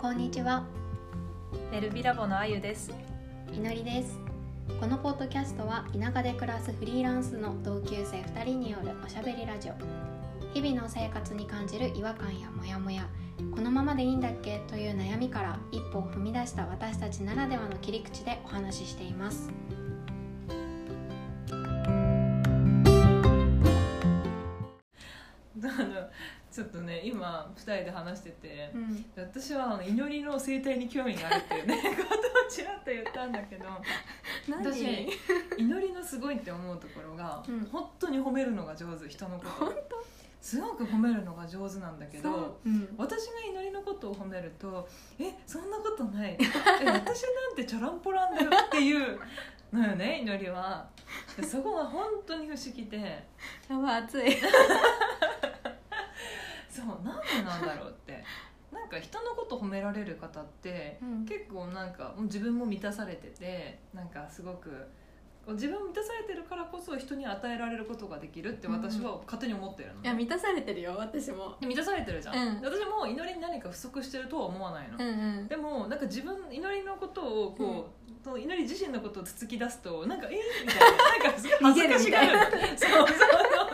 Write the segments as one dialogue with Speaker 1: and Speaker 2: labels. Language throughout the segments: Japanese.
Speaker 1: こんにちは、
Speaker 2: エルビラボのあゆです。
Speaker 1: いのりですこのポッドキャストは田舎で暮らすフリーランスの同級生2人によるおしゃべりラジオ日々の生活に感じる違和感やモヤモヤこのままでいいんだっけという悩みから一歩を踏み出した私たちならではの切り口でお話ししています
Speaker 3: あのちょっとね今二人で話してて
Speaker 1: うん、
Speaker 3: 私はあの祈りの生態に興味があるっていうね ことをちらっと言ったんだけど
Speaker 1: 何
Speaker 3: 私祈りのすごいって思うところが、
Speaker 1: うん
Speaker 3: 本当に褒めるのが上手人のこと
Speaker 1: 本
Speaker 3: すごく褒めるのが上手なんだけど
Speaker 1: うん、
Speaker 3: 私が祈りのことを褒めると「えそんなことない」 え「私なんてチャランポランだよ」っていうのよね祈りは。でそこが本当に不思議で
Speaker 1: やばい暑い
Speaker 3: そうなんでなんだろうってなんか人のこと褒められる方って結構なんかもう自分も満たされててなんかすごくこう自分も満たされてるからこそ人に与えられることができるって私は勝手に思ってるの、
Speaker 1: いや満たされてるよ私も
Speaker 3: で満たされてるじゃん、
Speaker 1: うん
Speaker 3: で私も祈りに何か不足してるとは思わないの、
Speaker 1: うんうん
Speaker 3: でもなんか自分祈りのことをこう、その祈り自身のことをつつき出すとなんか「えー、みたい ななんかすごい恥ずかしがるそ
Speaker 1: 逃
Speaker 3: うそうそ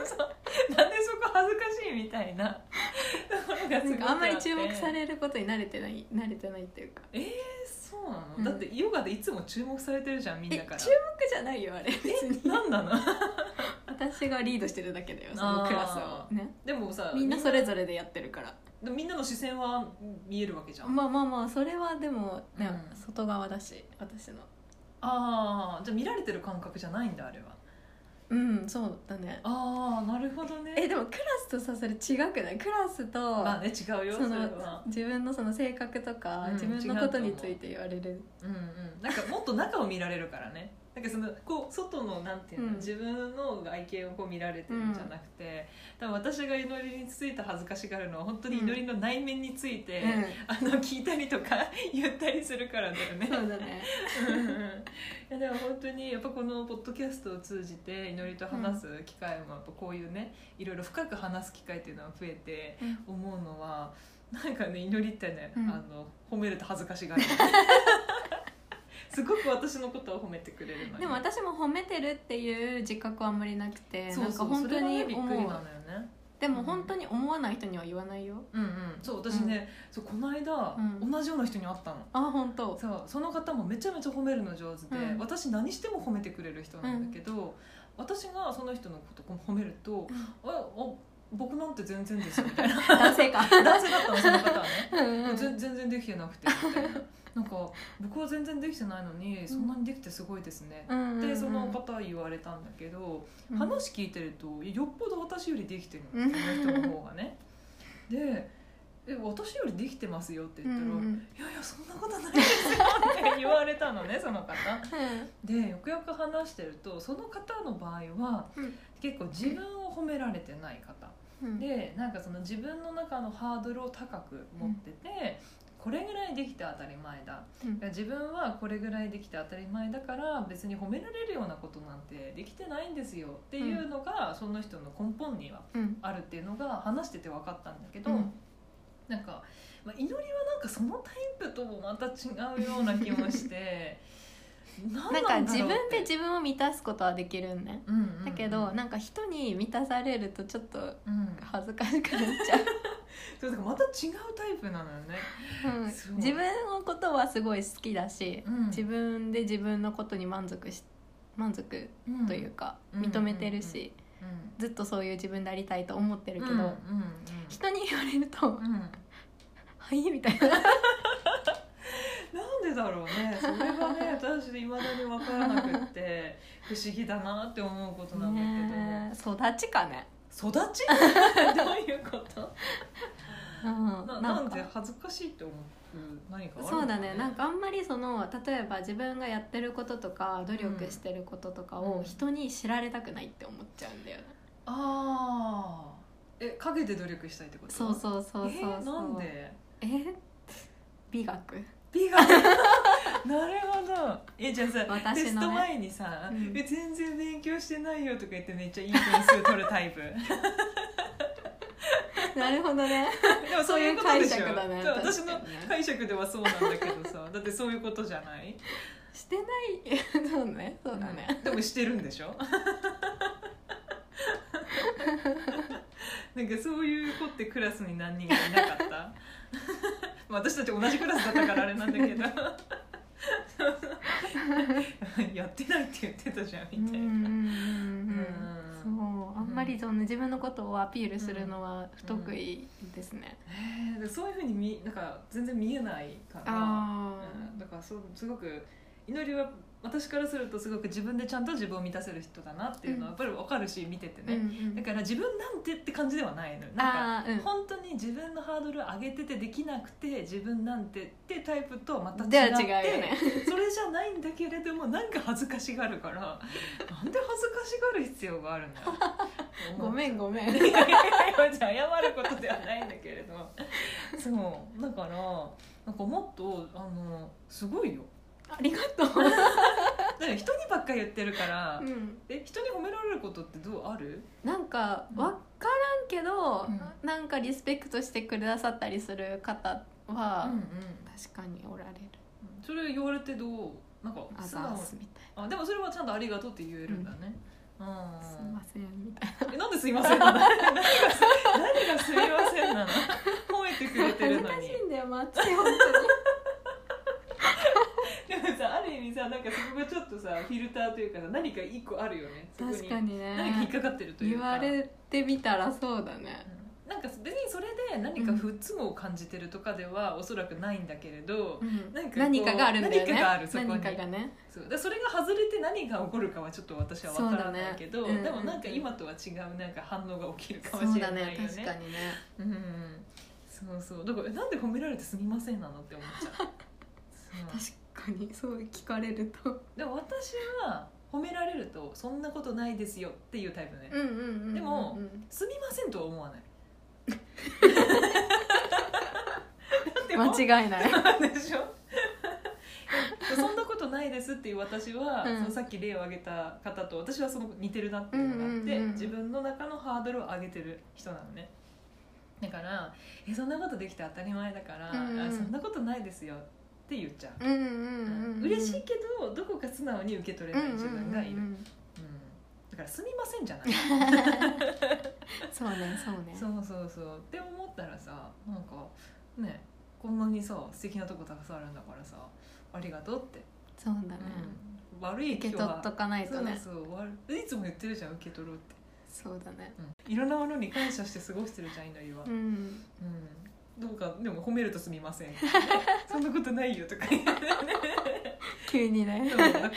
Speaker 3: うそうなんでそこ恥ずかしいみたいなところがすご
Speaker 1: な
Speaker 3: く
Speaker 1: んかあんまり注目
Speaker 3: あっ
Speaker 1: さ
Speaker 3: て
Speaker 1: れることに慣れてない慣れてないっていうか
Speaker 3: そうなの、
Speaker 1: うん
Speaker 3: だってヨガでいつも注目されてるじゃんみん
Speaker 1: え
Speaker 3: な
Speaker 1: 注
Speaker 3: か
Speaker 1: 目
Speaker 3: ら
Speaker 1: じゃないよあれ別に
Speaker 3: なんなの
Speaker 1: 私がリードしてるだけだよそのクラスをね
Speaker 3: でもさ
Speaker 1: みんなそれぞれでやってるから
Speaker 3: でもみんなの視線は見えるわけじゃん、
Speaker 1: まあまあまあそれはでも、ね
Speaker 3: うん
Speaker 1: 外側だし私の
Speaker 3: ああじゃあ見られてる感覚じゃないんだあれは
Speaker 1: うんそうだね
Speaker 3: ああなるほどね
Speaker 1: えでもクラスとさそれ違くないクラスと
Speaker 3: まあね違うよそ
Speaker 1: そ
Speaker 3: れ
Speaker 1: の
Speaker 3: は
Speaker 1: 自分のその性格とか、
Speaker 3: うん
Speaker 1: 自分のことについて言われる
Speaker 3: うんうんなんかもっと中を見られるからねなんかそのこう外のなんていうの、
Speaker 1: うん
Speaker 3: 自分の外見をこう見られてるんじゃなくて、多分私が祈りについて恥ずかしがるのは本当に祈りの内面について、あの聞いたりとか言ったりするからだよ
Speaker 1: う
Speaker 3: ね
Speaker 1: ん、そうだね
Speaker 3: うんうんいやでも本当にやっぱこのポッドキャストを通じて祈りと話す機会もやっぱこういうねいろいろ深く話す機会っていうのが増えて
Speaker 1: うん
Speaker 3: 思うのはなんかね祈りってね、
Speaker 1: うん
Speaker 3: あの褒めると恥ずかし がるすごく私のことを褒めてくれるのよ
Speaker 1: でも私も褒めてるっていう自覚はあんまりなくて
Speaker 3: そうそう
Speaker 1: なんか本
Speaker 3: そ
Speaker 1: 当に
Speaker 3: れがねびっ
Speaker 1: 思
Speaker 3: くり
Speaker 1: う
Speaker 3: なのよね
Speaker 1: でも本当に思わない人には言わないよ
Speaker 3: うんうんそう私ね、そうこの間、
Speaker 1: うん
Speaker 3: 同じような人に会ったの
Speaker 1: あ本当
Speaker 3: そうその方もめちゃめちゃ褒めるの上手で、
Speaker 1: うん
Speaker 3: 私何しても褒めてくれる人なんだけど、私がその人のことを褒めると「ああ僕なんて全然ですよ」み たいな
Speaker 1: 男性 か
Speaker 3: 男性だったのその方はね
Speaker 1: うんうん
Speaker 3: 全全然できてなくてみたいななんか僕は全然できてないのにそんなにできてすごいですね、
Speaker 1: うんうんうん
Speaker 3: でその方は言われたんだけど、
Speaker 1: うん
Speaker 3: 話聞いてるとよっぽど私よりできてる
Speaker 1: うん
Speaker 3: のその人の方がねでえ私よりできてますよって言ったら、
Speaker 1: うん
Speaker 3: いやいやそんなことないですよって言われたのねその方でよくよく話してるとその方の場合は、
Speaker 1: うん
Speaker 3: 結構自分を褒められてない方、
Speaker 1: うん
Speaker 3: でなんかその自分の中のハードルを高く持ってて、これぐらいできて当たり前だ
Speaker 1: うん
Speaker 3: 自分はこれぐらいできて当たり前だから別に褒められるようなことなんてできてないんですよっていうのが、その人の根本には
Speaker 1: うん
Speaker 3: あるっていうのが話してて分かったんだけど、
Speaker 1: うん
Speaker 3: なんか、まあ、祈りはなんかそのタイプともまた違うような気もして 何
Speaker 1: なんか自分で
Speaker 3: 分、
Speaker 1: 自分を満たすことはできるんね
Speaker 3: うんうんうん
Speaker 1: だけどなんか人に満たされるとちょっと
Speaker 3: うん、
Speaker 1: 恥ずかしくなっちゃう
Speaker 3: そうだからまた違うタイプなのよね、
Speaker 1: う ん
Speaker 3: そう
Speaker 1: 自分のことはすごい好きだし
Speaker 3: うん
Speaker 1: 自分で自分のことに満足し満足というか
Speaker 3: うん
Speaker 1: 認めてるし
Speaker 3: うん、
Speaker 1: ずっとそういう自分でありたいと思ってるけ
Speaker 3: うんうん
Speaker 1: ど人に言われると
Speaker 3: うんうん
Speaker 1: 「はい」みたいな
Speaker 3: なんでだろうねそれがね私いまだに分からなくって不思議だなって思うことなんだけど、
Speaker 1: ねえ育ちかね
Speaker 3: 育ちどういうこと
Speaker 1: うん
Speaker 3: な
Speaker 1: な
Speaker 3: なんん
Speaker 1: か
Speaker 3: で恥ずかしいって思う何かあるのか
Speaker 1: そうだねなんかあんまりその例えば自分がやってることとか努力してることとか
Speaker 3: う
Speaker 1: を
Speaker 3: ん
Speaker 1: 人に知られたくないって思っちゃうんだよね、
Speaker 3: ああえ陰で努力したいってこと
Speaker 1: そうそうそうそうそ
Speaker 3: えーなん
Speaker 1: う
Speaker 3: で
Speaker 1: え美学
Speaker 3: 美がなるほどえじゃあさ、
Speaker 1: 私のね
Speaker 3: テスト前にさ、
Speaker 1: うん
Speaker 3: え全然勉強してないよ」とか言ってめっちゃいい点数取るタイプ
Speaker 1: なるほどね
Speaker 3: でもそういうことでしょ
Speaker 1: そういう解釈だね
Speaker 3: そう
Speaker 1: 確
Speaker 3: 私
Speaker 1: かにね
Speaker 3: の解釈ではそうなんだけど さだってそういうことじゃない
Speaker 1: してない そうねそうだね、
Speaker 3: うんでもしてるんでしょ なんかそういう子ってクラスに何人かいなかった まあ私たち同じクラスだったからあれなんだけど やってないって言ってたじゃん
Speaker 1: うん、
Speaker 3: み
Speaker 1: うん
Speaker 3: た
Speaker 1: う
Speaker 3: い
Speaker 1: ん
Speaker 3: な、
Speaker 1: うんうんそうあんまりその自分のことをアピールするのは不得意ですね、
Speaker 3: へえでそういうふうに見なんか全然見えないから、
Speaker 1: あ
Speaker 3: うんだからそうすごく祈りは私からするとすごく自分でちゃんと自分を満たせる人だなっていうのはやっぱり分かるし見てて
Speaker 1: あ、
Speaker 3: ね、だから自分なんてって感じではないのよなんか
Speaker 1: あーうん
Speaker 3: 本当に自分のハードル上げててできなくて自分なんてってタイプとまた
Speaker 1: では
Speaker 3: 違
Speaker 1: 違
Speaker 3: っ
Speaker 1: う
Speaker 3: て
Speaker 1: よね
Speaker 3: それじゃないんだけれどもなんか恥ずかしがるからなんで恥ずかしがる必要があるんだよ
Speaker 1: ごめんごめん
Speaker 3: いやいやいや謝ることではないんだけれどそうだからなんかもっとあのすごいよ
Speaker 1: ありがとう、
Speaker 3: だから人にばっかり言ってるから、
Speaker 1: うん、
Speaker 3: え人に褒められることってどうある
Speaker 1: なんか
Speaker 3: うん
Speaker 1: 分からんけど、
Speaker 3: う
Speaker 1: なんかリスペクトしてくださったりする方は、
Speaker 3: うんうん
Speaker 1: 確かにおられる
Speaker 3: それ言われてどうなんか
Speaker 1: ア
Speaker 3: 素
Speaker 1: ザ
Speaker 3: 直
Speaker 1: ー
Speaker 3: に
Speaker 1: スみたい
Speaker 3: あでもそれはちゃんと「ありがとう」って言えるんだね、うん、
Speaker 1: なすみませんみたい
Speaker 3: えなんですいませんなの何がす何がすいませんなの褒めてくれてる
Speaker 1: な
Speaker 3: の
Speaker 1: 恥
Speaker 3: に
Speaker 1: ずかしいんだよマッチ本当に
Speaker 3: でもさある意味さなんかそこがちょっとさフィルターというかさ何か一個あるよねそこ
Speaker 1: 確かにね
Speaker 3: 何か引っかかってるという
Speaker 1: 言
Speaker 3: か
Speaker 1: われてみたらそうだね
Speaker 3: うんなんか別にそれで何か不都合を感じてるとかではおそらくないんだけれど、なんかこう
Speaker 1: 何かがあるんだよね
Speaker 3: 何かがあるそこに
Speaker 1: 何かがね
Speaker 3: そうだからそれが外れて何が起こるかはちょっと私は分からないけど、
Speaker 1: そうだねうん
Speaker 3: でもなんか今とは違うなんか反応が起きるかも
Speaker 1: そ
Speaker 3: し
Speaker 1: う
Speaker 3: れな
Speaker 1: だ
Speaker 3: いよ
Speaker 1: ね
Speaker 3: ね
Speaker 1: 確かにね
Speaker 3: うんそうそうだからえなんで褒められてすみませんなのって思っち ゃうそう
Speaker 1: 確かにそう聞かれると
Speaker 3: でも私は褒められるとそんなことないですよっていうタイプね、
Speaker 1: うんうんうんうん
Speaker 3: でも
Speaker 1: うん
Speaker 3: すみませんとは思 わないだってもう
Speaker 1: 間違いない
Speaker 3: でしょそんなことないですっていう私は、
Speaker 1: うん
Speaker 3: そのさっき例を挙げた方と私はその似てるなっていうのがあって、
Speaker 1: うんうんうん
Speaker 3: 自分の中のハードルを上げてる人なのねだから「えそんなことできて当たり前だから、
Speaker 1: うんうん
Speaker 3: あそんなことないですよ」って言っちゃう、
Speaker 1: うんうんうんうん
Speaker 3: 嬉しいけどどこか素直に受け取れない自分がいる、
Speaker 1: うんうんうんうん
Speaker 3: うんだから「すみません」じゃない
Speaker 1: そうねそうね
Speaker 3: そうそうそうって思ったらさなんかねこんなにさ素敵なとこたくさんあるんだからさありがとうって
Speaker 1: そうだね
Speaker 3: うん、悪い
Speaker 1: 受
Speaker 3: 今日
Speaker 1: け取
Speaker 3: は
Speaker 1: っとかないとね
Speaker 3: そうそう悪いいつも言ってるじゃん受け取ろうって、
Speaker 1: そうだね
Speaker 3: いろんなものに感謝して過ごしてるじゃん祈りは、う
Speaker 1: うんん
Speaker 3: どうかでも褒めるとすみま せんそんなことないよとか言って
Speaker 1: 急にね
Speaker 3: そうだからね、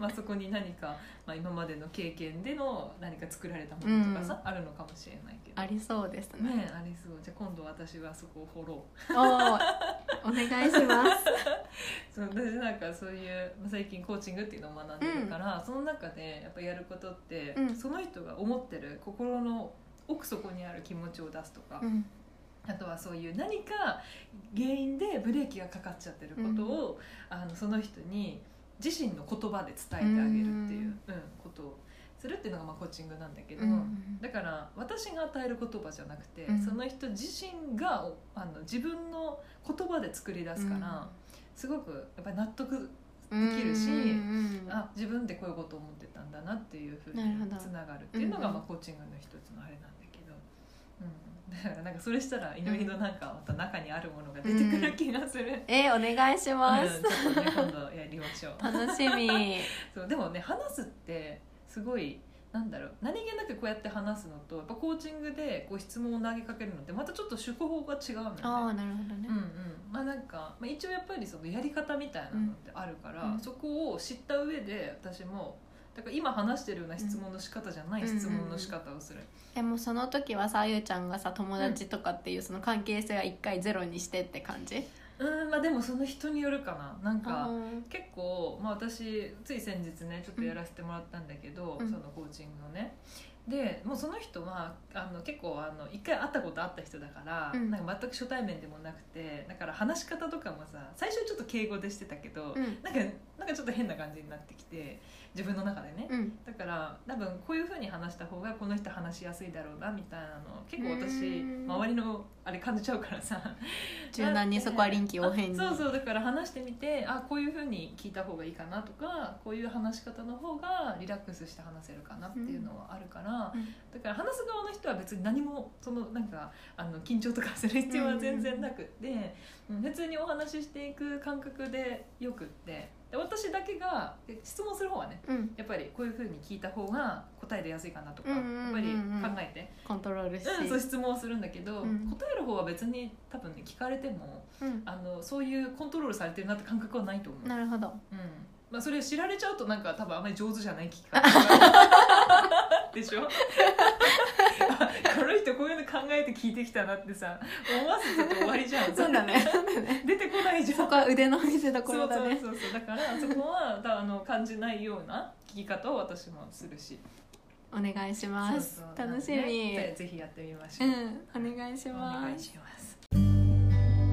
Speaker 3: まあ、そこに何か、まあ、今までの経験での何か作られたものとかさ、あるのかもしれないけど
Speaker 1: ありそうです ね
Speaker 3: ねえありそうじゃあ今度私はそこを掘ろう
Speaker 1: おーお願いします
Speaker 3: そう私なんかそういうまあ最近コーチングっていうのを学んでるから、その中でやっぱやることって、
Speaker 1: うん
Speaker 3: その人が思ってる心の奥底にある気持ちを出すとか、
Speaker 1: うん
Speaker 3: あとはそういう何か原因でブレーキがかかっちゃってることを、あのその人に自身の言葉で伝えてあげるっていう、うんことをするっていうのがまあコーチングなんだけど。
Speaker 1: うん
Speaker 3: だから私が与える言葉じゃなくて、
Speaker 1: うん
Speaker 3: その人自身がおあの自分の言葉で作り出すから、すごくやっぱり納得できるし
Speaker 1: うんうんうん
Speaker 3: あ自分ってこういうこと思ってたんだなっていうふうに
Speaker 1: なるほど
Speaker 3: つながるっていうのが、
Speaker 1: うんうん
Speaker 3: まあ、コーチングの一つのあれなんだけど、うん、だからなんかそれしたら祈りのなんかまた中にあるものが出てくる気がする、うん
Speaker 1: えーお願いします
Speaker 3: ちょっとね今度やりましょう
Speaker 1: 楽しみ
Speaker 3: そうでもね話すってすごいなんだろう何気なくこうやって話すのとやっぱコーチングでこう質問を投げかけるのってまたちょっと手法が違うのよね。
Speaker 1: ああなるほどね
Speaker 3: うんうんまあなんか、まあ、一応やっぱりそのやり方みたいなのってあるから、
Speaker 1: うん
Speaker 3: そこを知った上で私もだから今話してるような質問の仕方じゃな
Speaker 1: う
Speaker 3: い
Speaker 1: ん
Speaker 3: 質問の仕方をする、
Speaker 1: でもその時はさあゆちゃんがさ友達とかっていうその関係性は一回ゼロにしてって感じ
Speaker 3: うんまあでもその人によるかななん
Speaker 1: あ
Speaker 3: か結構、まあ、私つい先日ねちょっとやらせてもらったんだけど、
Speaker 1: うん
Speaker 3: そのコーチングのねでもうその人はあの結構あの一回会ったことあった人だから、
Speaker 1: うん
Speaker 3: なんか全く初対面でもなくてだから話し方とかもさ最初ちょっと敬語でしてたけど、
Speaker 1: うん
Speaker 3: なんかなんかちょっと変な感じになってきて自分の中でね、
Speaker 1: うん
Speaker 3: だから多分こういうふうに話した方がこの人話しやすいだろうなみたいなの結構私
Speaker 1: うん
Speaker 3: 周りのあれ感じちゃうからさ
Speaker 1: 柔軟にそこは臨機応変に
Speaker 3: あそうそうだから話してみてあこういうふうに聞いた方がいいかなとかこういう話し方の方がリラックスして話せるかなっていうのはあるから、
Speaker 1: うん
Speaker 3: だから話す側の人は別に何もそのなんかあの緊張とかする必要は全然なくって、うん普通にお話ししていく感覚でよくってで私だけがで質問する方はね
Speaker 1: うん
Speaker 3: やっぱりこういうふうに聞いた方が答え出やすいかなとか、
Speaker 1: うんうんうんうん
Speaker 3: やっぱり考えて、
Speaker 1: コントロールして、
Speaker 3: うん、そう質問をするんだけど、
Speaker 1: うん
Speaker 3: 答える方は別に多分ね聞かれても
Speaker 1: うん
Speaker 3: あのそういうコントロールされてるなって感覚はないと思う、うん
Speaker 1: なるほど
Speaker 3: まあ、それ知られちゃうとなんか多分あまり上手じゃない聞き方 がでしょあこの人こういうの考えて聞いてきたなってさ思わせてて終わりじゃん
Speaker 1: ね そうだね
Speaker 3: 出てこないじゃん
Speaker 1: そこは腕の見せ所だね
Speaker 3: そうそうそうそうだからそこはだあの感じないような聞き方を私もするし
Speaker 1: お願いします
Speaker 3: そうそう
Speaker 1: 楽し
Speaker 3: なので
Speaker 1: み、
Speaker 3: ねぜぜひやってみまし
Speaker 1: う
Speaker 3: ょう、
Speaker 1: んお願いし
Speaker 3: お
Speaker 1: ま
Speaker 3: 願い
Speaker 1: す
Speaker 3: します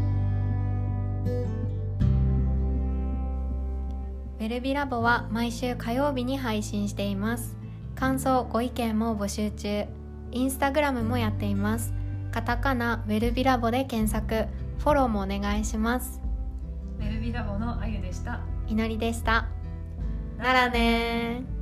Speaker 1: ベルビラボは毎週火曜日に配信しています感想ご意見も募集中インスタグラムもやっていますカタカナウェルビラボで検索フォローもお願いします
Speaker 3: メルビラボのあゆでした
Speaker 1: いのりでしたならねー